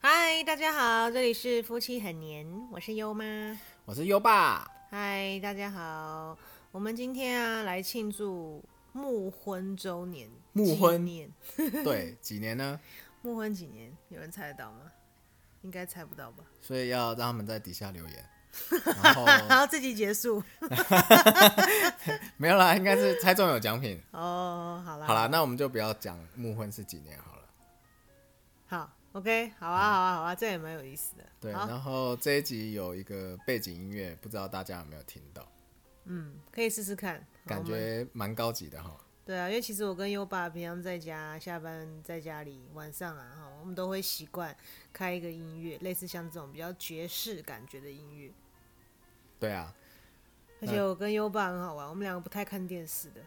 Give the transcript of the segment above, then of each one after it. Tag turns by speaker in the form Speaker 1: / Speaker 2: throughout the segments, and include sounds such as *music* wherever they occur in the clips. Speaker 1: 嗨，大家好，这里是夫妻很黏，我是优妈。
Speaker 2: 我是优爸， *laughs*
Speaker 1: 嗨，大家好，我们今天啊来庆祝木婚周年，
Speaker 2: 木
Speaker 1: 纪
Speaker 2: 婚
Speaker 1: 念
Speaker 2: 对，几年呢？
Speaker 1: 木婚几年？有人猜得到吗？应该猜不到吧？
Speaker 2: 所以要让他们在底下留言，然后
Speaker 1: *laughs* 好，这集结束。
Speaker 2: 没有啦，应该是猜中有奖品。
Speaker 1: 哦，好啦，
Speaker 2: 好啦，那我们就不要讲木婚是几年好了。
Speaker 1: 好，OK，好啊，好啊，好啊，这也蛮有意思的。
Speaker 2: 对，
Speaker 1: 好，
Speaker 2: 然后这一集有一个背景音乐，不知道大家有没有听到？
Speaker 1: 嗯，可以试试看。好
Speaker 2: 感
Speaker 1: 我们
Speaker 2: 觉蛮高级的哈。
Speaker 1: 对啊，因为其实我跟优爸平常在家下班在家里晚上啊，哈，我们都会习惯开一个音乐，类似像这种比较爵士感觉的音乐。
Speaker 2: 对啊，
Speaker 1: 而且我跟优爸很好玩，我们两个不太看电视的。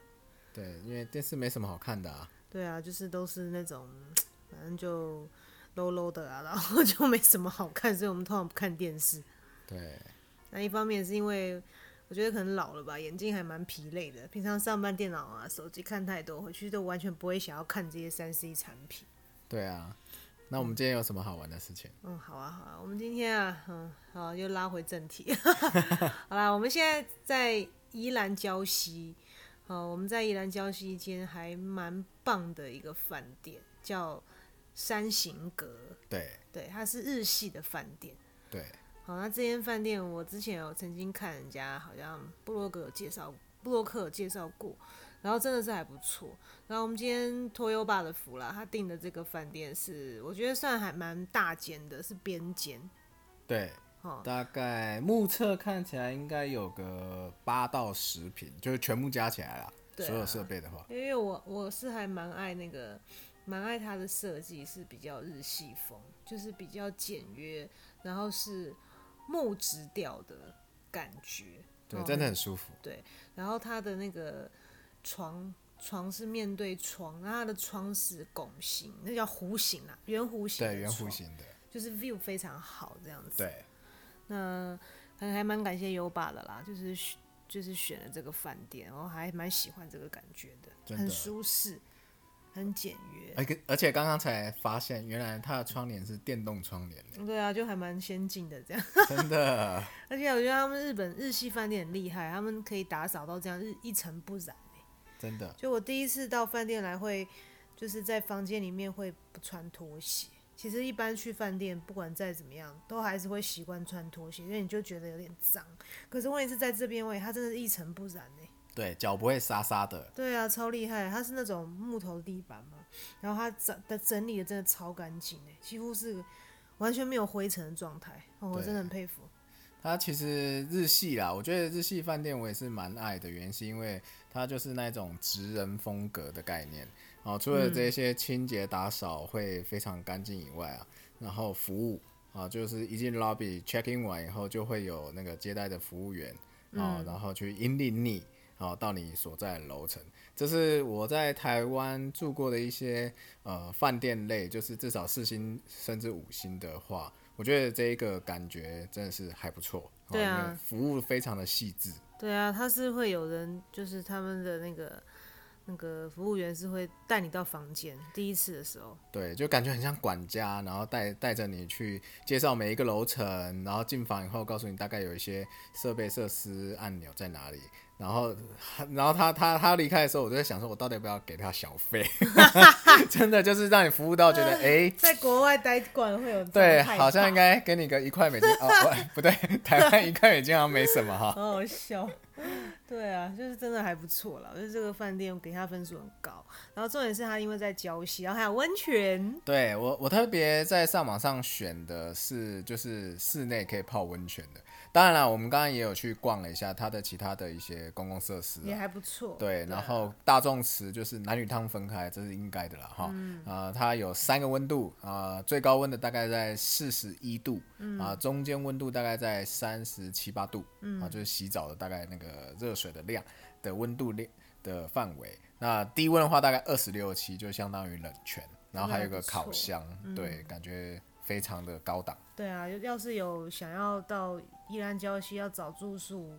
Speaker 2: 对，因为电视没什么好看的啊。
Speaker 1: 对啊，就是都是那种，反正就 low low 的啊，然后 *laughs* 就没什么好看，所以我们通常不看电视。
Speaker 2: 对，
Speaker 1: 那一方面是因为我觉得可能老了吧，眼睛还蛮疲累的，平常上班电脑啊、手机看太多，回去都完全不会想要看这些三 C 产品。
Speaker 2: 对啊。那我们今天有什么好玩的事情？
Speaker 1: 嗯，好啊，好啊，我们今天啊，嗯，好，又拉回正题。好啦，我们现在在宜兰礁溪，好，我们在宜兰礁溪一间还蛮棒的一个饭店，叫山行阁，
Speaker 2: 对
Speaker 1: 对，它是日系的饭店。
Speaker 2: 对，
Speaker 1: 好，那这间饭店我之前有曾经看人家好像布洛格有介绍，布洛克有介绍过，然后真的是还不错。然后我们今天托优爸的福啦，他订的这个饭店是我觉得算还蛮大间的，是边间
Speaker 2: 对，
Speaker 1: 哦，
Speaker 2: 大概目测看起来应该有个八到十平，就是全部加起来啦，
Speaker 1: 对啊
Speaker 2: 所有设备的话，
Speaker 1: 因为我我是还蛮爱那个，蛮爱它的设计是比较日系风，就是比较简约，然后是木质调的感觉。
Speaker 2: 对，
Speaker 1: 哦
Speaker 2: 真的很舒服。
Speaker 1: 然后它的那个床床是面对窗，然后它的窗是拱形，那叫弧形啊，圆弧形。
Speaker 2: 对，圆弧，形的，
Speaker 1: 就是 view 非常好这样子。，
Speaker 2: 对
Speaker 1: 那还还蛮感谢优爸的啦，就是选就是选了这个饭店，然后还蛮喜欢这个感觉的，
Speaker 2: 真的
Speaker 1: 很舒适，很简约。
Speaker 2: 而且而且刚刚才发现，原来它的窗帘是电动窗帘，
Speaker 1: *laughs* 对啊，就还蛮先进的这样，
Speaker 2: 真的。
Speaker 1: 而且我觉得他们日本日系饭店很厉害，他们可以打扫到这样日一尘不染。
Speaker 2: 真的，
Speaker 1: 就我第一次到饭店来会，就是在房间里面会不穿拖鞋。其实一般去饭店，不管再怎么样，都还是会习惯穿拖鞋，因为你就觉得有点脏。可是问题是在这边位，它真的是一尘不染呢、
Speaker 2: 对，脚不会沙沙的，
Speaker 1: 对啊，超厉害！它是那种木头地板嘛，然后它整的整理的真的超干净诶，几乎是完全没有灰尘的状态、哦，我
Speaker 2: 对
Speaker 1: 真的很佩服。
Speaker 2: 它其实日系啦，我觉得日系饭店我也是蛮爱的，原因是因为它就是那种职人风格的概念。哦，除了
Speaker 1: 嗯
Speaker 2: 这些清洁打扫会非常干净以外啊，然后服务啊，就是一进 lobby check in 完以后，就会有那个接待的服务员啊，
Speaker 1: 嗯
Speaker 2: 然后去引领你啊到你所在的楼层。这是我在台湾住过的一些呃饭店类，就是至少四星甚至五星的话，我觉得这一个感觉真的是还不错。哦
Speaker 1: 对啊
Speaker 2: 因为服务非常的细致。
Speaker 1: 对啊，他是会有人，就是他们的那个那个服务员是会带你到房间，第一次的时候。
Speaker 2: 对，就感觉很像管家，然后带带着你去介绍每一个楼层，然后进房以后告诉你大概有一些设备设施按钮在哪里，然后然后他他他离开的时候，我就在想说，我到底要不要给他小费？真的就是让你服务到觉得，哎、
Speaker 1: 在国外待惯会有
Speaker 2: 对，好像应该给你个一块美金哦，不不对， *laughs* 台湾一块美金好像没什么哈。
Speaker 1: 好好笑。 *laughs* 对啊，就是真的还不错啦。就是这个饭店我给他分数很高，然后重点是他因为在礁溪，然后还有温泉，
Speaker 2: 对我，我特别在上网上选的是就是室内可以泡温泉的。当然了，我们刚刚也有去逛了一下它的其他的一些公共设施啊、
Speaker 1: 也还不错。
Speaker 2: 对，然
Speaker 1: 啊
Speaker 2: 后大众池就是男女汤分开，这是应该的啦哈。
Speaker 1: 嗯
Speaker 2: 啊，它有三个温度啊、呃最高温的大概在四十一度，啊、
Speaker 1: 嗯
Speaker 2: 中间温度大概在三十七八度，啊，就是洗澡的大概那个热水的量的温度量的范围。那低温的话大概二十六七，就相当于冷泉，然后还有一个烤箱，
Speaker 1: 嗯
Speaker 2: 对，感觉非常的高档。
Speaker 1: 对啊，要是有想要到宜兰礁溪要找住宿，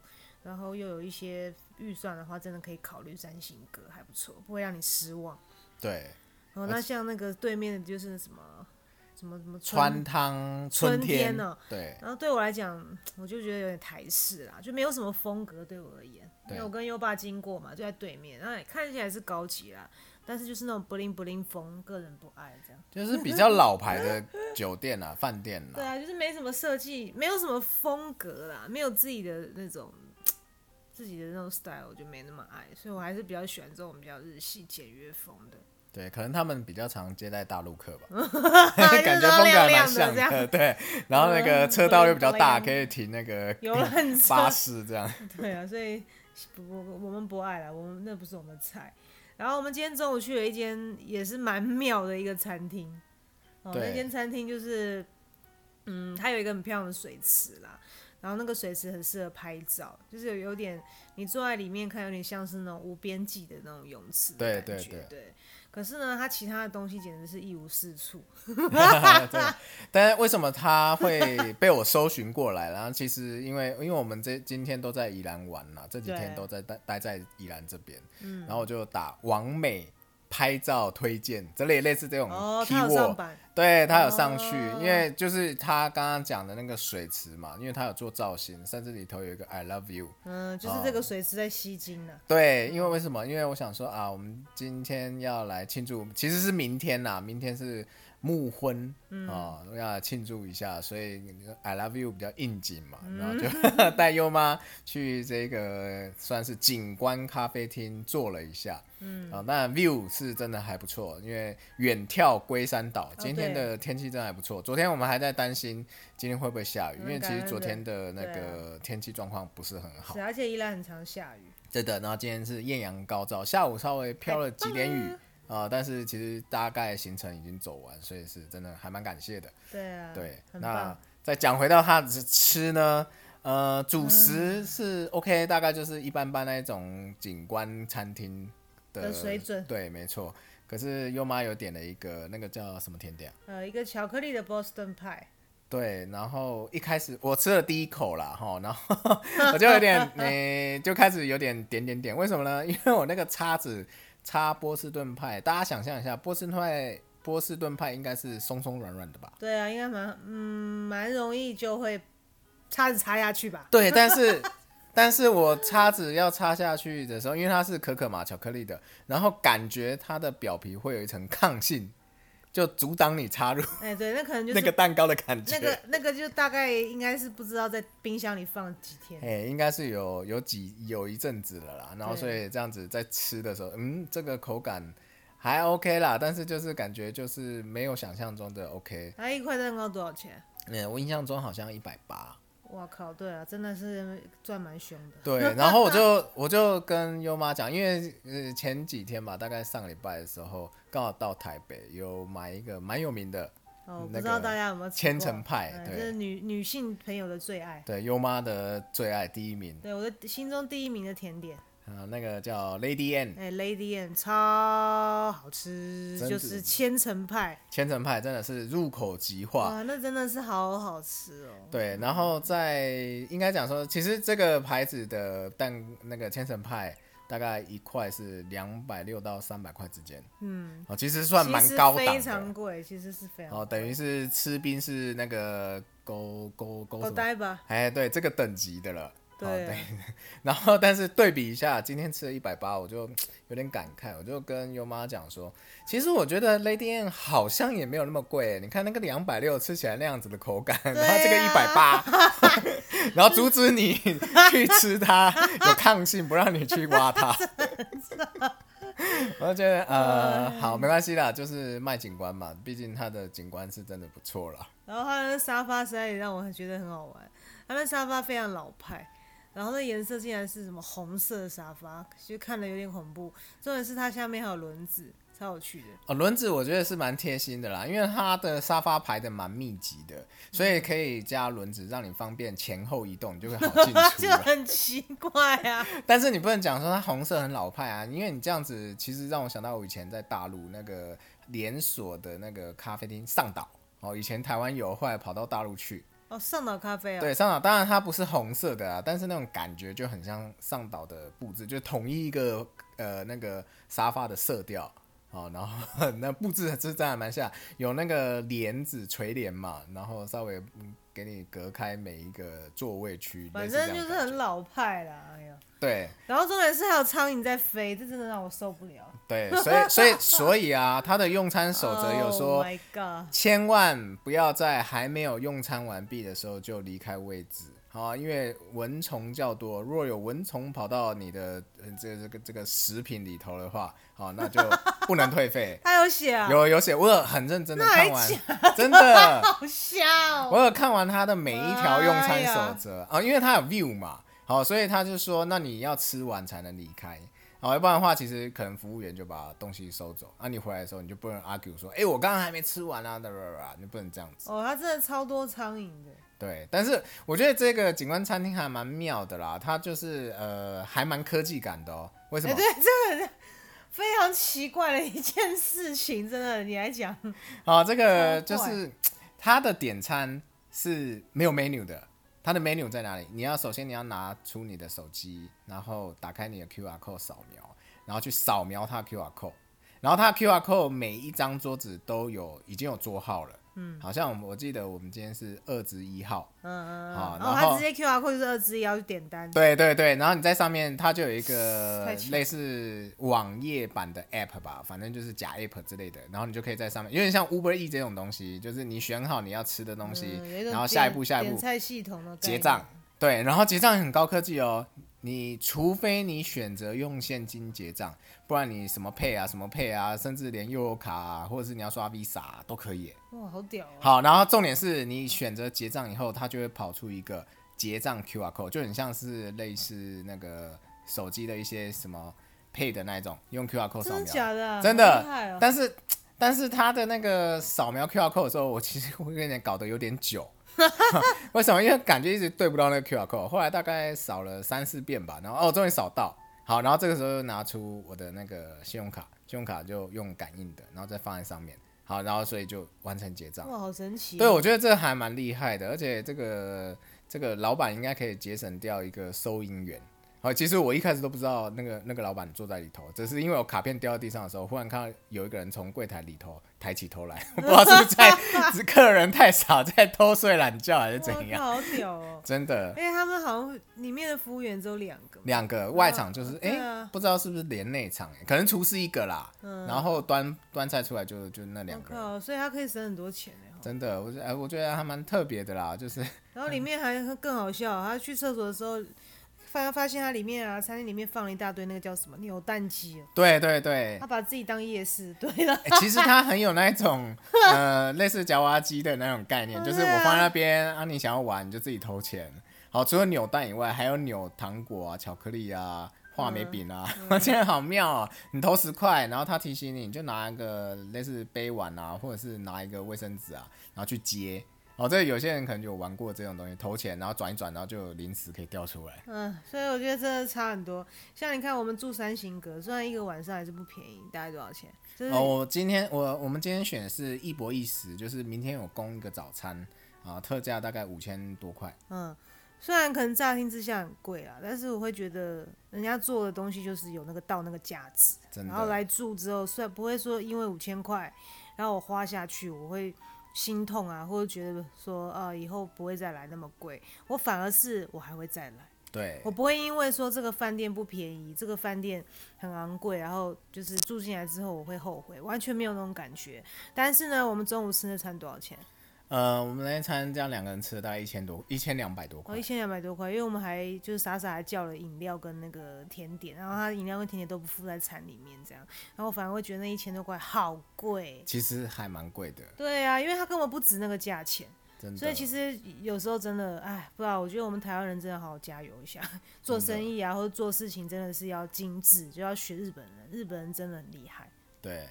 Speaker 1: 然后又有一些预算的话，真的可以考虑三星阁，还不错，不会让你失望。
Speaker 2: 对，
Speaker 1: 哦，那像那个对面的就是什么什么什么
Speaker 2: 川汤
Speaker 1: 春
Speaker 2: 天
Speaker 1: 天哦
Speaker 2: 对，
Speaker 1: 然后对我来讲，我就觉得有点台式啦，就没有什么风格对我而言。因
Speaker 2: 对
Speaker 1: 为我跟优爸经过嘛，就在对面，然后也看起来是高级啦，但是就是那种 bling bling 风，个人不爱这样。
Speaker 2: 就是比较老牌的酒店啊、饭店
Speaker 1: *laughs* 对
Speaker 2: 啊，
Speaker 1: 啊，就是没什么设计，没有什么风格啦，没有自己的那种自己的那种 style，我就没那么爱，所以我还是比较喜欢这种比较日系简约风的。
Speaker 2: 对，可能他们比较常接待大陆客吧，
Speaker 1: *laughs*
Speaker 2: *laughs*
Speaker 1: 就是
Speaker 2: 感觉风格还蛮
Speaker 1: 亮亮的
Speaker 2: 像
Speaker 1: 这样
Speaker 2: 对，然后那个车道又比较大，
Speaker 1: 嗯
Speaker 2: 可以停那个
Speaker 1: 游览车
Speaker 2: 巴士这样。 *laughs*
Speaker 1: *laughs* 对啊，所以不不我们不爱了，我们那不是我们的菜。然后我们今天中午去了一间也是蛮妙的一个餐厅，哦，
Speaker 2: 对
Speaker 1: 那间餐厅就是，嗯，它有一个很漂亮的水池啦，然后那个水池很适合拍照，就是有有点你坐在里面看，有点像是那种无边际的那种泳池的
Speaker 2: 对
Speaker 1: 感
Speaker 2: 对
Speaker 1: 觉，
Speaker 2: 对
Speaker 1: 可是呢，它其他的东西简直是一无是处，
Speaker 2: 对，但是为什么他会被我搜寻过来？然后其实因为因为我们这今天都在宜兰玩啦，这几天
Speaker 1: 对嗯
Speaker 2: 都在待待在宜兰这边，然后我就打完美拍照推荐这类类似这种
Speaker 1: 哦，它有
Speaker 2: keyword，、
Speaker 1: 上版，
Speaker 2: 对他有上去，
Speaker 1: 哦
Speaker 2: 因为就是他刚刚讲的那个水池嘛，因为他有做造型，甚至里头有一个 I love you，
Speaker 1: 嗯，就是这
Speaker 2: 哦
Speaker 1: 个水池在吸睛呢、
Speaker 2: 对，因为为什么？因为我想说啊，我们今天要来庆祝，其实是明天啦，明天是木婚啊、
Speaker 1: 嗯
Speaker 2: 要来庆祝一下，所以嗯 I love you 比较应景嘛，然后就
Speaker 1: 嗯
Speaker 2: *laughs* 带优妈去这个算是景观咖啡厅坐了一下，嗯，啊，那 view 是真的还不错，因为远眺龟山岛，今天
Speaker 1: 哦对
Speaker 2: 的天气真的还不错。昨天我们还在担心今天会不会下雨，因为其
Speaker 1: 感
Speaker 2: 实
Speaker 1: 恩
Speaker 2: 昨
Speaker 1: 的
Speaker 2: 天的那
Speaker 1: 对啊
Speaker 2: 个天气状况不是很好
Speaker 1: 是，。而且依然很常下雨。
Speaker 2: 对的，然后今天是艳阳高照，下午稍微
Speaker 1: 哎
Speaker 2: 飘了几点雨
Speaker 1: 太
Speaker 2: 啊、呃但是其实大概行程已经走完，所以是真的还蛮感谢的。
Speaker 1: 对啊，
Speaker 2: 对，
Speaker 1: 很
Speaker 2: 那
Speaker 1: 棒。
Speaker 2: 再讲回到它的吃呢，呃，主食是
Speaker 1: 嗯
Speaker 2: OK，、大概就是一般般那一种景观餐厅的
Speaker 1: 的水准
Speaker 2: 对，没错。可是优妈有点了一个那个叫什么甜点啊？
Speaker 1: 呃，一个巧克力的 Boston Pie，
Speaker 2: 对，然后一开始我吃了第一口啦，哈，然后我就有点，诶、就开始有点点点点，为什么呢？因为我那个叉子插波士顿派，大家想象一下，波士顿派波士顿派应该是松松软软的吧？
Speaker 1: 对啊，应该蛮嗯蛮容易就会叉子插下去吧。
Speaker 2: 对，但是但是我叉子要插下去的时候，因为它是可可玛巧克力的，然后感觉它的表皮会有一层抗性，就阻挡你插入
Speaker 1: 哎，对，那可能就是
Speaker 2: 那个蛋糕的感觉。
Speaker 1: 那个那个就大概应该是不知道在冰箱里放几天。
Speaker 2: 哎、应该是有有几有一阵子了啦，然后
Speaker 1: 对
Speaker 2: 所以这样子在吃的时候，嗯，这个口感还 OK 啦，但是就是感觉就是没有想象中的 OK。
Speaker 1: 它一块蛋糕多少钱？
Speaker 2: 嗯，我印象中好像一百八。
Speaker 1: 我靠，对啊，真的是赚蛮凶的。哦
Speaker 2: 对，然后我就我就跟优妈讲，因为呃前几天吧，大概上个礼拜的时候，刚好到台北有买一个蛮有名的，
Speaker 1: 哦，我不
Speaker 2: 那
Speaker 1: 知道
Speaker 2: 个
Speaker 1: 大家有没有吃
Speaker 2: 千
Speaker 1: 过
Speaker 2: 层派
Speaker 1: 哎
Speaker 2: 对
Speaker 1: 这是女女性朋友的最爱。
Speaker 2: 对优妈的最爱第一名，
Speaker 1: 对，我的心中第一名的甜点，
Speaker 2: 啊、那个叫 Lady N
Speaker 1: 哎，Lady M 超好吃，
Speaker 2: 真
Speaker 1: 就
Speaker 2: 的
Speaker 1: 是千层派，
Speaker 2: 千层派，真的是入口即化。
Speaker 1: 哇，那真的是好好吃哦。
Speaker 2: 对，然后在应该讲说，其实这个牌子的蛋那个千层派大概一块是两百六到三百块之间，嗯，哦，其实算蛮高
Speaker 1: 其实非
Speaker 2: 档
Speaker 1: 常
Speaker 2: 的，
Speaker 1: 贵，其实是非常
Speaker 2: 哦，等于是吃冰是那个勾勾勾
Speaker 1: 我
Speaker 2: 什么？
Speaker 1: 呆吧，
Speaker 2: 哎，对，这个等级的了。
Speaker 1: 对
Speaker 2: 哦对， *laughs* 然后但是对比一下，今天吃了一百八，我就有点感慨，我就跟优妈讲说，其实我觉得 Lady N 好像也没有那么贵，你看那个两百六吃起来那样子的口感，然后这个一百八， *laughs* 然后阻止你去吃它，有抗性，不让你去挖它。我就觉得呃，好，没关系啦，就是卖景观嘛，毕竟它的景观是真的不错啦。
Speaker 1: *laughs* 然后它的沙发实在也让我觉得很好玩，它的沙发非常老派，然后那颜色竟然是什么红色的沙发，就看的有点恐怖。重点是它下面还有轮子，超有趣的。
Speaker 2: 哦，轮子我觉得是蛮贴心的啦，因为它的沙发排的蛮密集的，所以可以加轮子，让你方便前后移动，你就会好进出
Speaker 1: *laughs* 就
Speaker 2: 啦。
Speaker 1: 很奇怪啊！
Speaker 2: 但是你不能讲说它红色很老派啊，因为你这样子其实让我想到我以前在大陆那个连锁的那个咖啡厅上岛。哦，以前台湾有，后来跑到大陆去。
Speaker 1: 哦，上岛咖啡啊、
Speaker 2: 对，上岛当然它不是红色的啊，但是那种感觉就很像上岛的布置，就统一一个呃那个沙发的色调。好，然后 *laughs* 那布置是真的蛮像，有那个帘子垂帘嘛，然后稍微嗯给你隔开每一个座位区，
Speaker 1: 反
Speaker 2: 类似这
Speaker 1: 正
Speaker 2: 样
Speaker 1: 就是
Speaker 2: 感
Speaker 1: 很
Speaker 2: 觉
Speaker 1: 老派啦，哎呀。
Speaker 2: 对
Speaker 1: 然后重点是还有苍蝇在飞，这真的让我受不了。
Speaker 2: 对，所以所以所以啊，它的用餐 *laughs* 守则
Speaker 1: *laughs*
Speaker 2: 有说
Speaker 1: Oh，my Oh God，。
Speaker 2: 千万不要在还没有用餐完毕的时候就离开位置，好、啊，因为蚊虫较多，若有蚊虫跑到你的呃这这个这个食品里头的话，好、那就不能退费
Speaker 1: 他有写啊，
Speaker 2: 有有写，我有很认真的
Speaker 1: 那还
Speaker 2: 看完，真 *laughs* 的，
Speaker 1: 好笑哦。
Speaker 2: 我有看完他的每一条用餐守则啊，因为他有 view 嘛，好、所以他就说，那你要吃完才能离开。好、要不然的话，其实可能服务员就把东西收走，啊那、你回来的时候你就不能 argue 说，哎、我刚刚还没吃完啊，哒哒哒，你不能这样子。
Speaker 1: 哦，他真的超多苍蝇的。
Speaker 2: 对，但是我觉得这个景观餐厅还蛮妙的啦，它就是呃还蛮科技感的哦。为什
Speaker 1: 哎、
Speaker 2: 么？
Speaker 1: 对，这个非常奇怪的一件事情，真的，你来讲。嗯
Speaker 2: *laughs* 哦，这个就
Speaker 1: 超怪
Speaker 2: 是它的点餐是没有 menu 的。它的 menu 在哪里？你要首先你要拿出你的手机，然后打开你的 QR code 扫描，然后去扫描它的 QR code，然后它的 QR code 每一张桌子都有已经有桌号了，嗯，好像我们我记得我们今天是二十一号，
Speaker 1: 嗯，
Speaker 2: 好
Speaker 1: 然
Speaker 2: 然
Speaker 1: 他
Speaker 2: 后
Speaker 1: 直接 QR code 就是二之一，要去点单。
Speaker 2: 对对对，然后你在上面，它就有一个
Speaker 1: 太强
Speaker 2: 类似网页版的 app 吧，反正就是假 app 之类的，然后你就可以在上面，有点像 Uber E 这种东西，就是你选好你要吃的东西，
Speaker 1: 嗯有一种
Speaker 2: 然后下一
Speaker 1: 点
Speaker 2: 步下一
Speaker 1: 点
Speaker 2: 步
Speaker 1: 菜系统的概
Speaker 2: 结
Speaker 1: 念
Speaker 2: 账，对，然后结账很高科技哦，你除非你选择用现金结账，不然你什么配啊什么配啊，甚至连悠游卡啊，或者是你要刷 Visa 啊都可以耶。
Speaker 1: 哇，好屌哦！
Speaker 2: 好，然后重点是你选择结账以后，它就会跑出一个结账 QR code，就很像是类似那个手机的一些什么配的那一种，用 QR code 扫
Speaker 1: 真的
Speaker 2: 描。
Speaker 1: 假的啊？
Speaker 2: 真
Speaker 1: 好
Speaker 2: 的
Speaker 1: 厉害哦！
Speaker 2: 但是但是它的那个扫描 QR code 的时候，我其实会有点搞得有点久。 *laughs* 为什么？因为感觉一直对不到那个 QR code，后来大概扫了三四遍吧，然后哦，终于扫到。好，然后这个时候又拿出我的那个信用卡，信用卡就用感应的，然后再放在上面。好，然后所以就完成结账。
Speaker 1: 哇，好神奇哦。
Speaker 2: 对，我觉得这还蛮厉害的，而且这个这个老板应该可以节省掉一个收银员。好，其实我一开始都不知道那个那个老板坐在里头，只是因为我卡片掉到地上的时候，忽然看到有一个人从柜台里头抬起头来，我不知道是
Speaker 1: *laughs*
Speaker 2: 不是在是客人太少在偷睡懒觉还是怎
Speaker 1: 哇
Speaker 2: 样，
Speaker 1: 好屌
Speaker 2: *laughs*
Speaker 1: 哦！
Speaker 2: 真的。
Speaker 1: 因为他们好像里面的服务员只有两个嘛，
Speaker 2: 两个外场就是哎、
Speaker 1: 对啊
Speaker 2: 不知道是不是连内场、诶可能厨师一个啦，然后端端菜出来就就那两
Speaker 1: 嗯我
Speaker 2: 个人，
Speaker 1: 靠，所以他可以省很多钱哎。
Speaker 2: 真的，我觉得哎我觉得还蛮特别的啦，就是 *laughs*
Speaker 1: 然后里面还更好笑，他去厕所的时候，发发现它里面啊，餐厅里面放了一大堆那个叫什么扭蛋机哦，
Speaker 2: 对对对，
Speaker 1: 他把自己当夜市，对了，
Speaker 2: *laughs* 欸其实它很有那一种呃类似夹娃娃机的那种概念，就是我放在那边啊，你想要玩你就自己投钱。好，除了扭蛋以外，还有扭糖果啊、巧克力啊、话梅饼啊， *laughs* 我觉得好妙哦！你投十块，然后他提醒你，你就拿一个类似杯碗啊，或者是拿一个卫生纸啊，然后去接。哦，这个有些人可能有玩过这种东西，投钱然后转一转，然后就有零食可以掉出来。
Speaker 1: 嗯，所以我觉得真的差很多。像你看，我们住三行阁，虽然一个晚上还是不便宜，大概多少钱？就是、
Speaker 2: 哦，我今天我我们今天选的是一博一食，就是明天有供一个早餐啊，特价大概五千多块。
Speaker 1: 嗯，虽然可能乍听之下很贵啦，但是我会觉得人家做的东西就是有那个到那个价值，
Speaker 2: 真的
Speaker 1: 然后来住之后，虽然不会说因为五千块，然后我花下去，我会心痛啊，或者觉得说呃以后不会再来那么贵，我反而是我还会再来，
Speaker 2: 对
Speaker 1: 我不会因为说这个饭店不便宜，这个饭店很昂贵，然后就是住进来之后我会后悔，完全没有那种感觉。但是呢，我们中午吃那餐多少钱？
Speaker 2: 呃，我们那一餐这样两个人吃了大概一千多，一千两百多
Speaker 1: 哦，
Speaker 2: 块
Speaker 1: 一。千两百多块，因为我们还就是傻傻还叫了饮料跟那个甜点，然后他饮料跟甜点都不附在餐里面，这样，然后我反而会觉得那一千多块好贵。
Speaker 2: 其实还蛮贵的，
Speaker 1: 对啊，因为它根本不值那个价钱，
Speaker 2: 真的。
Speaker 1: 所以其实有时候真的，哎，不知道，我觉得我们台湾人真的好好加油一下，做
Speaker 2: 真的
Speaker 1: 生意啊或者做事情真的是要精致，就要学日本人，日本人真的很厉害。
Speaker 2: 对，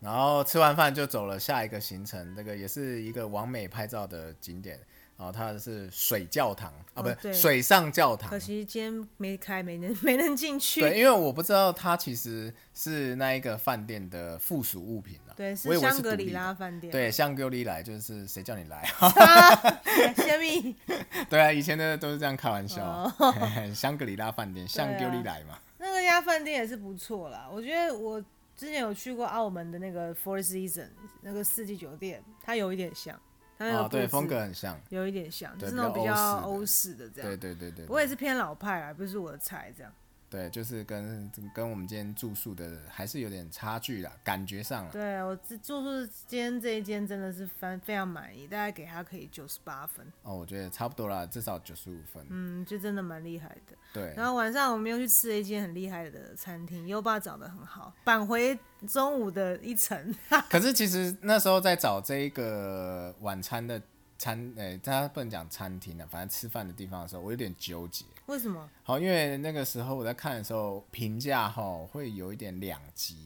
Speaker 2: 然后吃完饭就走了下一个行程，这个也是一个完美拍照的景点啊、哦，它是水教堂啊，
Speaker 1: 哦
Speaker 2: 不
Speaker 1: 对
Speaker 2: 是水上教堂
Speaker 1: 可。惜今天没开，没能 *laughs* 没能进去。
Speaker 2: 对，因为我不知道它其实是那一个饭店的附属物品啊。
Speaker 1: 对，
Speaker 2: 我以
Speaker 1: 是
Speaker 2: 为
Speaker 1: 香
Speaker 2: 是
Speaker 1: 格
Speaker 2: 独立
Speaker 1: 里
Speaker 2: 的
Speaker 1: 拉饭店。
Speaker 2: 对，香格里来就是谁叫你来？啊
Speaker 1: 哎，虾米？
Speaker 2: *laughs* 对啊，以前的都是这样开玩笑啊，
Speaker 1: 哦
Speaker 2: *laughs* 香格里拉饭店，
Speaker 1: 对啊
Speaker 2: 香格里来嘛。
Speaker 1: 那个家饭店也是不错啦，我觉得我之前有去过澳门的那个 Four Season 那个四季酒店，它有一点像，它那个
Speaker 2: 啊，
Speaker 1: 布
Speaker 2: 对，
Speaker 1: 置
Speaker 2: 风格很像，
Speaker 1: 有一点像，就
Speaker 2: 对
Speaker 1: 是那种
Speaker 2: 比
Speaker 1: 比
Speaker 2: 较
Speaker 1: 较
Speaker 2: 欧
Speaker 1: 欧式的这
Speaker 2: 对
Speaker 1: 样。
Speaker 2: 对对对
Speaker 1: 我也
Speaker 2: 对，
Speaker 1: 是偏老派啦，不是我的菜这样。
Speaker 2: 对，就是跟跟我们今天住宿的还是有点差距啦，感觉上啦。
Speaker 1: 对啊我这住宿今天这一间真的是非非常满意，大概给他可以九十八分，
Speaker 2: 哦，我觉得差不多啦，至少九十五分。
Speaker 1: 嗯，就真的蛮厉害的。
Speaker 2: 对，
Speaker 1: 然后晚上我们又去吃了一间很厉害的餐厅，优爸找的很好，返回中午的一层，
Speaker 2: 可是其实那时候在找这一个晚餐的餐，呃、他不能讲餐厅了，反正吃饭的地方的时候，我有点纠结。
Speaker 1: 为什么？
Speaker 2: 好，因为那个时候我在看的时候，评价哈会有一点两极。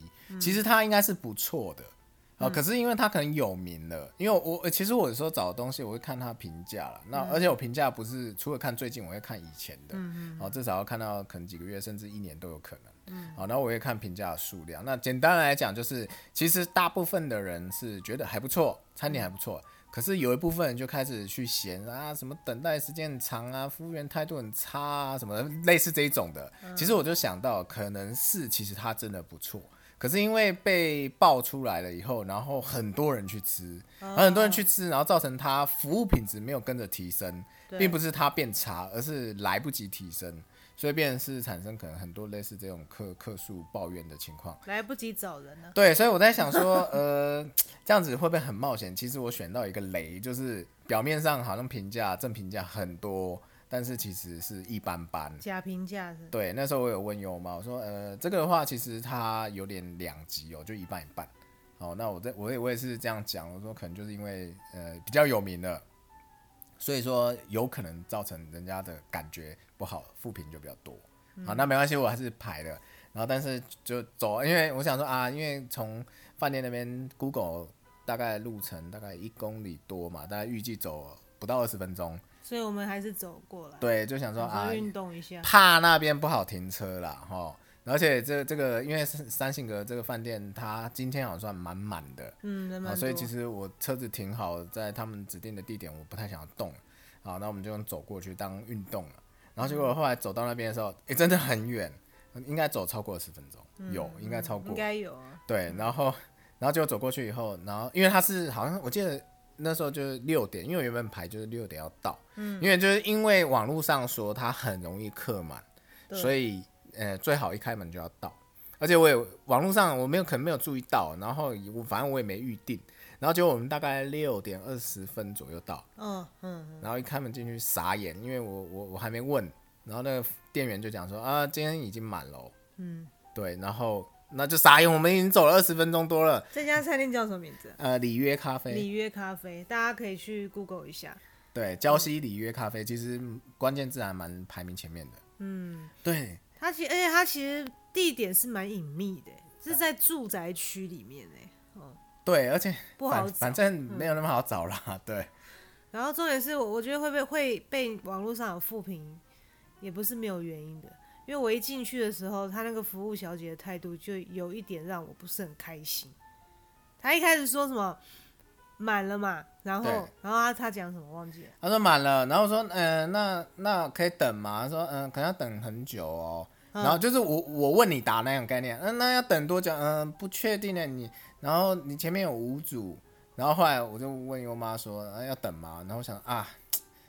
Speaker 2: 其实它应该是不错的，啊、可是因为它可能有名了，因为我呃其实我有时候找东西我会看它评价了。那、而且我评价不是除了看最近，我会看以前的，好、至少要看到可能几个月甚至一年都有可能。好，然后我也看评价的数量。那简单来讲，就是其实大部分的人是觉得还不错，餐点还不错。可是有一部分人就开始去嫌啊，什么等待时间很长啊，服务员态度很差啊，什么类似这一种的。其实我就想到，可能是其实它真的不错，可是因为被爆出来了以后，然后很多人去吃，然后很多人去吃，然后造成它服务品质没有跟着提升，
Speaker 1: 对
Speaker 2: 并不是它变差，而是来不及提升，所以变成是产生可能很多类似这种客客诉抱怨的情况。
Speaker 1: 来不及找人呢、
Speaker 2: 对，所以我在想说，呃，这样子会不会很冒险？其实我选到一个雷，就是表面上好像评价正评价很多，但是其实是一般般。
Speaker 1: 假评价是
Speaker 2: 对，那时候我有问优妈，我说，呃，这个的话其实它有点两极哦，就一半一半。好，那我在我也我也是这样讲，我说可能就是因为呃比较有名了，所以说有可能造成人家的感觉不好，负评就比较多。好，那没关系，我还是排了。然后但是就走，因为我想说啊，因为从饭店那边 Google 大概路程大概一公里多嘛，大概预计走不到二十分钟。
Speaker 1: 所以我们还是走过来，
Speaker 2: 对，就想说
Speaker 1: 想
Speaker 2: 啊
Speaker 1: 说，运动一下。
Speaker 2: 怕那边不好停车啦，哈。而且这这个，因为三三性格这个饭店，它今天好像算满满的，
Speaker 1: 嗯，人蛮
Speaker 2: 啊，
Speaker 1: 多、
Speaker 2: 所以其实我车子停好在他们指定的地点，我不太想要动，好，那我们就用走过去当运动了。然后结果后来走到那边的时候，诶、真的很远，应该走超过十分钟，有应该超过
Speaker 1: 应，该有啊，
Speaker 2: 对，然后然后就走过去以后，然后因为他是好像我记得那时候就是六点，因为我原本排就是六点要到，嗯，因为就是因为网络上说它很容易客满，
Speaker 1: 对
Speaker 2: 所以呃最好一开门就要到，而且我也网络上我没有可能没有注意到，然后我反正我也没预定，然后结果我们大概六点二十分左右到，
Speaker 1: 嗯嗯，
Speaker 2: 然后一开门进去傻眼，因为我我我还没问，然后那个店员就讲说啊，今天已经满了、
Speaker 1: 嗯，
Speaker 2: 对，然后那就傻眼，我们已经走了二十分钟多了，
Speaker 1: 这家餐厅叫什么名字啊？
Speaker 2: 呃，里约咖啡，
Speaker 1: 里约咖啡，大家可以去 Google 一下。
Speaker 2: 对，礁溪里约咖啡，其实关键字还蛮排名前面的，嗯，对，
Speaker 1: 它其而且它其实地点是蛮隐秘的，是在住宅区里面哎。
Speaker 2: 对，而且
Speaker 1: 不好
Speaker 2: 反
Speaker 1: 找
Speaker 2: 反正没有那么好找啦，对，
Speaker 1: 然后重点是我我觉得会被会被网络上有负评，也不是没有原因的。因为我一进去的时候，他那个服务小姐的态度就有一点让我不是很开心。他一开始说什么满了嘛，然后
Speaker 2: 对
Speaker 1: 然后他他讲什么忘记了，
Speaker 2: 他说满了，然后说，嗯、那那可以等吗？他说，嗯、可能要等很久哦。
Speaker 1: 嗯
Speaker 2: 然后就是我我问你答那种概念，嗯、那要等多久？嗯、不确定的你。然后你前面有五组，然后后来我就问优妈说、啊要等吗？然后我想啊，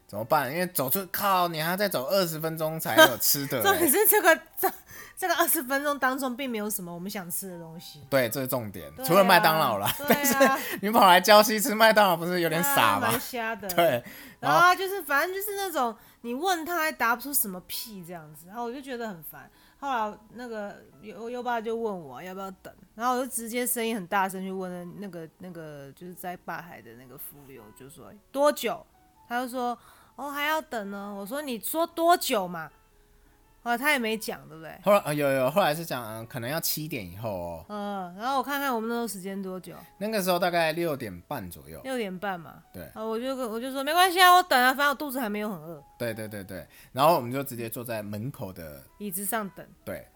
Speaker 2: 怎么办？因为走出靠，你还要再走二十分钟才有吃
Speaker 1: *laughs*
Speaker 2: 的、
Speaker 1: 重
Speaker 2: 欸
Speaker 1: 点是这个这这个二十分钟当中并没有什么我们想吃的东西，
Speaker 2: 对，这是重点，
Speaker 1: 对啊
Speaker 2: 除了麦当劳啦。 *laughs*
Speaker 1: 对啊
Speaker 2: 但是你跑来礁溪吃麦当劳，不是有
Speaker 1: 有
Speaker 2: 点傻吗
Speaker 1: 蛮？瞎的。
Speaker 2: *laughs* 对，
Speaker 1: 然
Speaker 2: 然
Speaker 1: 后
Speaker 2: 后
Speaker 1: 他就是反正就是那种你问他还答不出什么屁这样子，然后我就觉得很烦。后来那个优优爸就问我要不要等，然后我就直接声音很大声去问那那个那个就是在吧台的那个服务员，我就说多久？他就说哦还要等呢。我说你说多久嘛？啊他也没讲对不对？
Speaker 2: 后来、呃有有后来是讲、嗯可能要七点以后哦，
Speaker 1: 嗯，然后我看看我们那时候时间多久，
Speaker 2: 那个时候大概六点半左右。
Speaker 1: 六点半嘛。
Speaker 2: 对
Speaker 1: 啊，我就跟我就说没关系啊，我等啊，反正我肚子还没有很饿，
Speaker 2: 对对对对，然后我们就直接坐在门口的，
Speaker 1: 椅子上等，
Speaker 2: 对，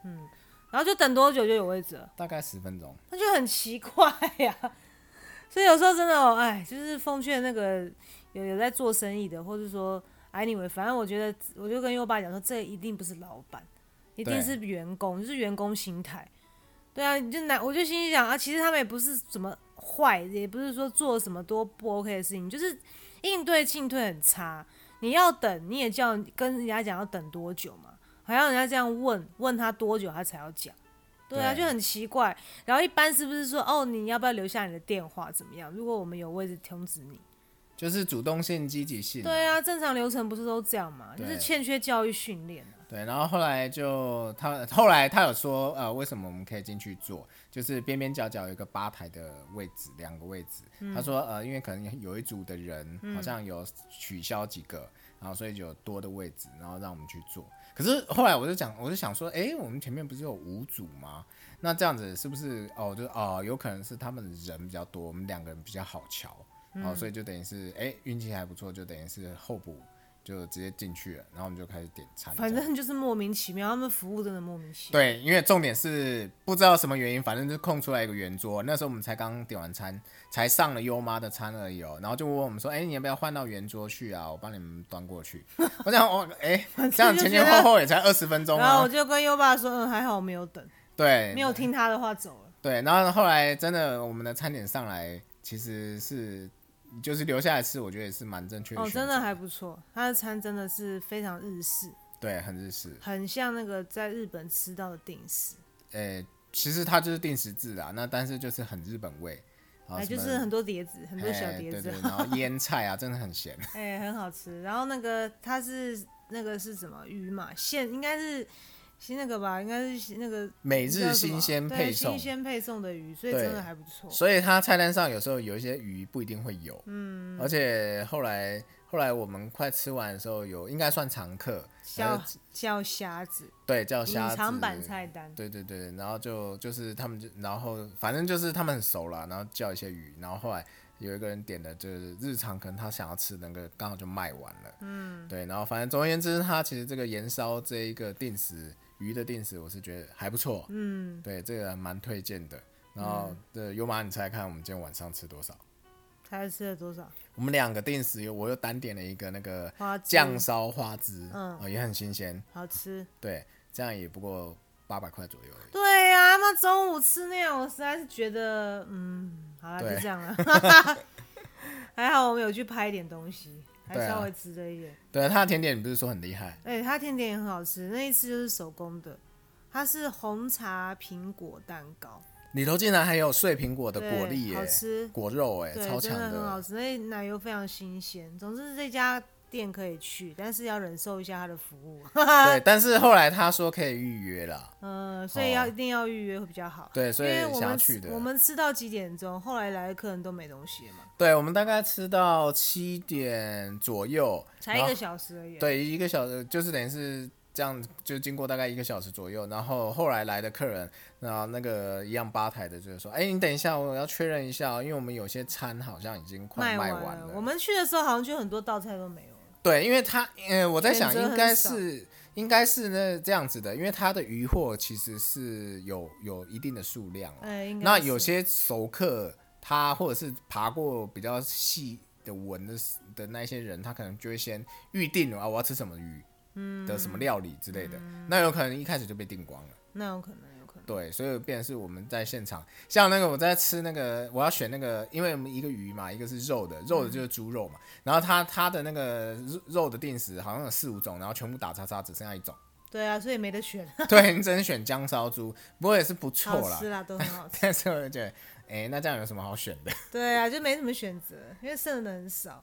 Speaker 1: 然后就等多久就有位置了。
Speaker 2: 大概十分钟。
Speaker 1: 那就很奇怪呀、 *laughs* 所以有时候真的哦，哎，就是奉劝那个有有在做生意的，或者说哎 anyway，反正我觉得，我就跟优爸讲说，这一定不是老板，一定
Speaker 2: 对
Speaker 1: 是员工，就是员工心态。对啊，你就难，我就心里想啊，其实他们也不是怎么坏，也不是说做什么多不 OK 的事情，就是应对进退很差。你要等，你也叫跟人家讲要等多久嘛，还要人家这样问问他多久他才要讲，对啊，
Speaker 2: 对
Speaker 1: 就很奇怪。然后一般是不是说哦，你要不要留下你的电话怎么样？如果我们有位置通知你，
Speaker 2: 就是主动性、积极性。
Speaker 1: 对啊，正常流程不是都这样嘛，就是
Speaker 2: 对
Speaker 1: 欠缺教育训练啊。
Speaker 2: 对，然后后来就他后来他有说，呃，为什么我们可以进去坐？就是边边角角有一个吧台的位置，两个位置。他
Speaker 1: 嗯
Speaker 2: 说，呃，因为可能有一组的人好像有取消几个，然后所以就有多的位置，然后让我们去坐。可是后来我就讲，我就想说，诶，我们前面不是有五组吗？那这样子是不是哦？就哦，有可能是他们人比较多，我们两个人比较好瞧，然后所以
Speaker 1: 嗯
Speaker 2: 就等于是诶，运气还不错，就等于是候补就直接进去了，然后我们就开始点餐。
Speaker 1: 反
Speaker 2: 这样
Speaker 1: 正就是莫名其妙，他们服务真的莫名其妙。
Speaker 2: 对，因为重点是不知道什么原因，反正就空出来一个圆桌。那时候我们才刚点完餐，才上了优妈的餐而已哦。然后就问我们说：“哎、你要不要换到圆桌去啊？我帮你们端过去。”我想，哦，哎、这样前前后后也才二十分钟
Speaker 1: 然后
Speaker 2: 啊
Speaker 1: 我。就跟优爸说，嗯，还好我没有等，
Speaker 2: 对，
Speaker 1: 没有听他的话走了。
Speaker 2: 对。然后后来真的，我们的餐点上来其实是就是留下来吃，我觉得也是蛮正确的
Speaker 1: 哦，
Speaker 2: 选择。
Speaker 1: 真的还不错，他的餐真的是非常日式，
Speaker 2: 对，很日式。
Speaker 1: 很像那个在日本吃到的定食，
Speaker 2: 哎、其实它就是定时制啦，那但是就是很日本味。然后
Speaker 1: 哎，
Speaker 2: 啊什
Speaker 1: 就
Speaker 2: 么
Speaker 1: 是很多碟子，很多小
Speaker 2: 哎
Speaker 1: 碟子
Speaker 2: 对，对，然后腌菜啊，真的很咸。
Speaker 1: *laughs* 哎，很好吃。然后那个它是那个是什么鱼嘛？现应该是是那个吧，应该是那个
Speaker 2: 每
Speaker 1: 叫什
Speaker 2: 日
Speaker 1: 么
Speaker 2: 新鲜
Speaker 1: 对
Speaker 2: 配送
Speaker 1: 新，鲜配送的鱼，所以
Speaker 2: 对
Speaker 1: 真的还不错。
Speaker 2: 所以它菜单上有时候有一些鱼不一定会有。嗯，而且后来后来我们快吃完的时候有，应该算常客，然
Speaker 1: 小
Speaker 2: 后
Speaker 1: 叫虾子，
Speaker 2: 对叫
Speaker 1: 隐
Speaker 2: 虾子
Speaker 1: 藏版菜单，
Speaker 2: 对对对，然后就就是他们就，然后反正就是他们很熟啦，然后叫一些鱼，然后后来有一个人点的就是日常，可能他想要吃的那个刚好就卖完了，嗯，对，然后反正总而言之，他其实这个盐烧这一个定时鱼的定时，我是觉得还不错，嗯，对，这个蛮推荐的。
Speaker 1: 嗯
Speaker 2: 然后，对优妈，你猜看我们今天晚上吃多少？
Speaker 1: 他吃了多少？
Speaker 2: 我们两个定时，我又单点了一个那个
Speaker 1: 花枝
Speaker 2: 酱烧花枝，
Speaker 1: 嗯
Speaker 2: 哦，也很新鲜，
Speaker 1: 好吃。
Speaker 2: 对，这样也不过八百块左右而已。
Speaker 1: 对呀、那中午吃那样，我实在是觉得，嗯，好了，
Speaker 2: 对
Speaker 1: 就这样
Speaker 2: *laughs*
Speaker 1: 了。 *laughs* 还好我们有去拍一点东西，还
Speaker 2: 对啊
Speaker 1: 稍微值得一点。
Speaker 2: 对，啊他的甜点你不是说很厉害？
Speaker 1: 哎、它甜点也很好吃，那一次就是手工的，它是红茶苹果蛋糕，
Speaker 2: 里头竟然还有碎苹果的
Speaker 1: 对
Speaker 2: 果粒耶、
Speaker 1: 好吃，
Speaker 2: 果肉哎、
Speaker 1: 对，
Speaker 2: 超
Speaker 1: 真
Speaker 2: 强
Speaker 1: 的很好吃，那奶油非常新鲜。总之这家店可以去，但是要忍受一下它的服务， *laughs*
Speaker 2: 对，但是后来他说可以预约啦。
Speaker 1: 嗯，所以要、
Speaker 2: 哦
Speaker 1: 一定要预约会比较好。
Speaker 2: 对，所以
Speaker 1: 因为我
Speaker 2: 想要
Speaker 1: 们
Speaker 2: 去
Speaker 1: 吃
Speaker 2: 的。
Speaker 1: 我们吃到几点钟，后来来的客人都没东西了嘛，
Speaker 2: 对，我们大概吃到七点左右，
Speaker 1: 才一
Speaker 2: 然后
Speaker 1: 个小时而已。
Speaker 2: 对，一个小时就是等于是这样，就经过大概一个小时左右，然后后来来的客人，然后那个一样吧台的就是说，哎、你等一下，我要确认一下哦，因为我们有些餐好像已经快
Speaker 1: 卖
Speaker 2: 卖
Speaker 1: 完
Speaker 2: 了。哦
Speaker 1: 我们去的时候好像就很多道菜都没有了。
Speaker 2: 对，因为他，呃，我在想
Speaker 1: 选择
Speaker 2: 应该
Speaker 1: 很少
Speaker 2: 是应该是那这样子的，因为他的鱼货其实是有有一定的数量、啊，
Speaker 1: 哎、应该
Speaker 2: 那
Speaker 1: 是
Speaker 2: 有些熟客他或者是爬过比较细的纹的的那一些人，他可能就会先预定啊，我要吃什么鱼，嗯，的什么料理之类的，
Speaker 1: 嗯
Speaker 2: 那有可能一开始就被订光了。
Speaker 1: 那有可能，有可能。
Speaker 2: 对，所以变成是我们在现场，像那个我在吃那个，我要选那个，因为我们一个鱼嘛，一个是肉的，肉的就是
Speaker 1: 嗯
Speaker 2: 猪肉嘛，然后它它的那个肉肉的定时好像有四五种，然后全部打叉叉，只剩下一种， *laughs*
Speaker 1: 对啊，所以没得选，
Speaker 2: 对你只能选姜烧猪，不过也是不
Speaker 1: 好
Speaker 2: 错啦
Speaker 1: 吃。啦，都很好吃。
Speaker 2: *laughs* 但是我就觉得，哎、那这样有什么好选的？ *laughs*
Speaker 1: 对啊，就没什么选择，因为剩的很少。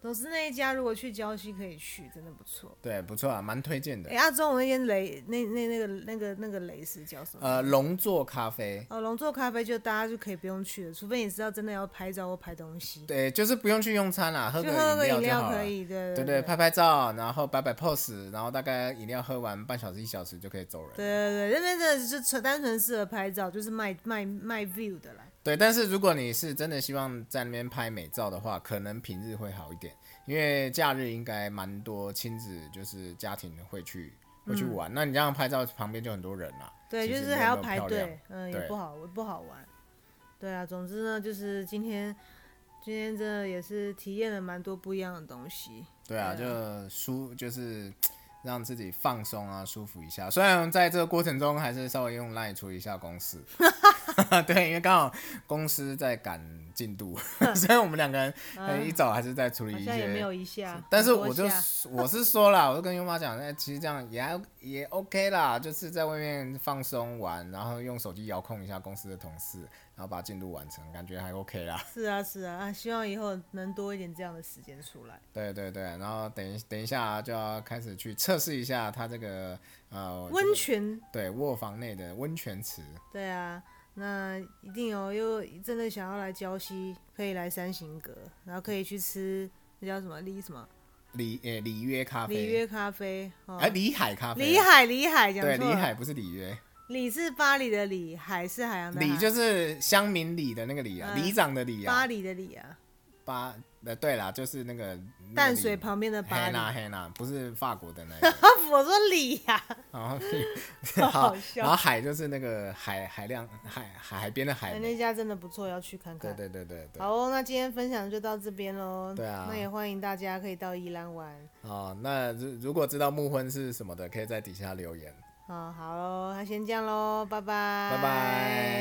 Speaker 1: 总之那一家如果去礁溪可以去，真的不错。
Speaker 2: 对，不错啊，蛮推荐的
Speaker 1: 哎、。阿中午那间雷那那那个那个那个雷是叫什么？
Speaker 2: 呃，龙座咖啡，
Speaker 1: 哦，龙座咖啡就大家就可以不用去了，除非你是要真的要拍照或拍东西，
Speaker 2: 对，就是不用去用餐啦，喝
Speaker 1: 就喝饮
Speaker 2: 饮就好
Speaker 1: 料
Speaker 2: 了
Speaker 1: 可。以，对
Speaker 2: 对
Speaker 1: 对
Speaker 2: 对，拍拍照，然后摆摆 pose，然后大概饮料喝完半小时一小时就可以走人了。
Speaker 1: 对对对，那边真的是纯单纯适合拍照，就是卖卖卖 view 的啦。
Speaker 2: 对，但是如果你是真的希望在那边拍美照的话，可能平日会好一点，因为假日应该蛮多亲子就是家庭会去会
Speaker 1: 嗯
Speaker 2: 去玩。那你这样拍照，旁边就很多人啦、
Speaker 1: 对，
Speaker 2: 其
Speaker 1: 就
Speaker 2: 实
Speaker 1: 是
Speaker 2: 没
Speaker 1: 还
Speaker 2: 有
Speaker 1: 要
Speaker 2: 那么
Speaker 1: 排
Speaker 2: 漂亮
Speaker 1: 队，嗯，也
Speaker 2: 对
Speaker 1: 不好不好玩。对啊，总之呢，就是今天今天真的也是体验了蛮多不一样的东西。
Speaker 2: 对啊，
Speaker 1: 对
Speaker 2: 就舒就是让自己放松啊，舒服一下。虽然在这个过程中，还是稍微用 Line 处理一下
Speaker 1: *laughs*
Speaker 2: 公司，对，因为刚好公司在赶进
Speaker 1: *laughs*
Speaker 2: 度， *laughs* 所以我们两个人呃一早还是在处理
Speaker 1: 嗯好
Speaker 2: 一
Speaker 1: 像也没
Speaker 2: 些。
Speaker 1: 有一下，
Speaker 2: 但是
Speaker 1: 很多
Speaker 2: 我就
Speaker 1: 下
Speaker 2: 我是说啦，我就跟优妈讲，哎、其实这样也还也 OK 啦，就是在外面放松玩，然后用手机遥控一下公司的同事，然后把进度完成，感觉还 OK 啦。 *laughs*
Speaker 1: 是啊是啊，啊希望以后能多一点这样的时间出来。
Speaker 2: 对对对，然后等一等一下就要开始去测试一下它这个呃这
Speaker 1: 温
Speaker 2: 个
Speaker 1: 泉，
Speaker 2: 对卧房内的温泉池，
Speaker 1: 对啊，那一定哦，又真的想要来礁溪，可以来三行阁，然后可以去吃那叫什么里什么
Speaker 2: 里呃里约咖啡，
Speaker 1: 里约咖啡哦
Speaker 2: 哎，里海咖啡，
Speaker 1: 里海里海讲
Speaker 2: 对
Speaker 1: 错
Speaker 2: 里
Speaker 1: 了，
Speaker 2: 海不是里约，
Speaker 1: 里是巴黎的里，海是海洋的
Speaker 2: 里
Speaker 1: 海
Speaker 2: 就是乡民里的那个里啊，
Speaker 1: 啊嗯
Speaker 2: 里长的里
Speaker 1: 巴
Speaker 2: 啊，
Speaker 1: 黎的里啊，
Speaker 2: 巴呃对啦，就是那个
Speaker 1: 淡水旁边的巴
Speaker 2: 黑
Speaker 1: 黎。
Speaker 2: 娜黑娜，不是法国的那个，
Speaker 1: 啊， *laughs* 我说里呀、
Speaker 2: 然后
Speaker 1: *laughs* 好
Speaker 2: 好
Speaker 1: 好，笑
Speaker 2: 然后海就是那个海海量海海海边的海
Speaker 1: 哎
Speaker 2: 嘛，
Speaker 1: 那家真的不错，要去看
Speaker 2: 对
Speaker 1: 看。
Speaker 2: 对对对对，
Speaker 1: 好哦，那今天分享就到这边喽。
Speaker 2: 对啊
Speaker 1: 那也欢迎大家可以到宜兰玩。
Speaker 2: 哦，那如如果知道木婚
Speaker 1: 啊
Speaker 2: 是什么的，可以在底下留言。
Speaker 1: 哦，好喽，那先这样喽，拜拜，
Speaker 2: 拜拜。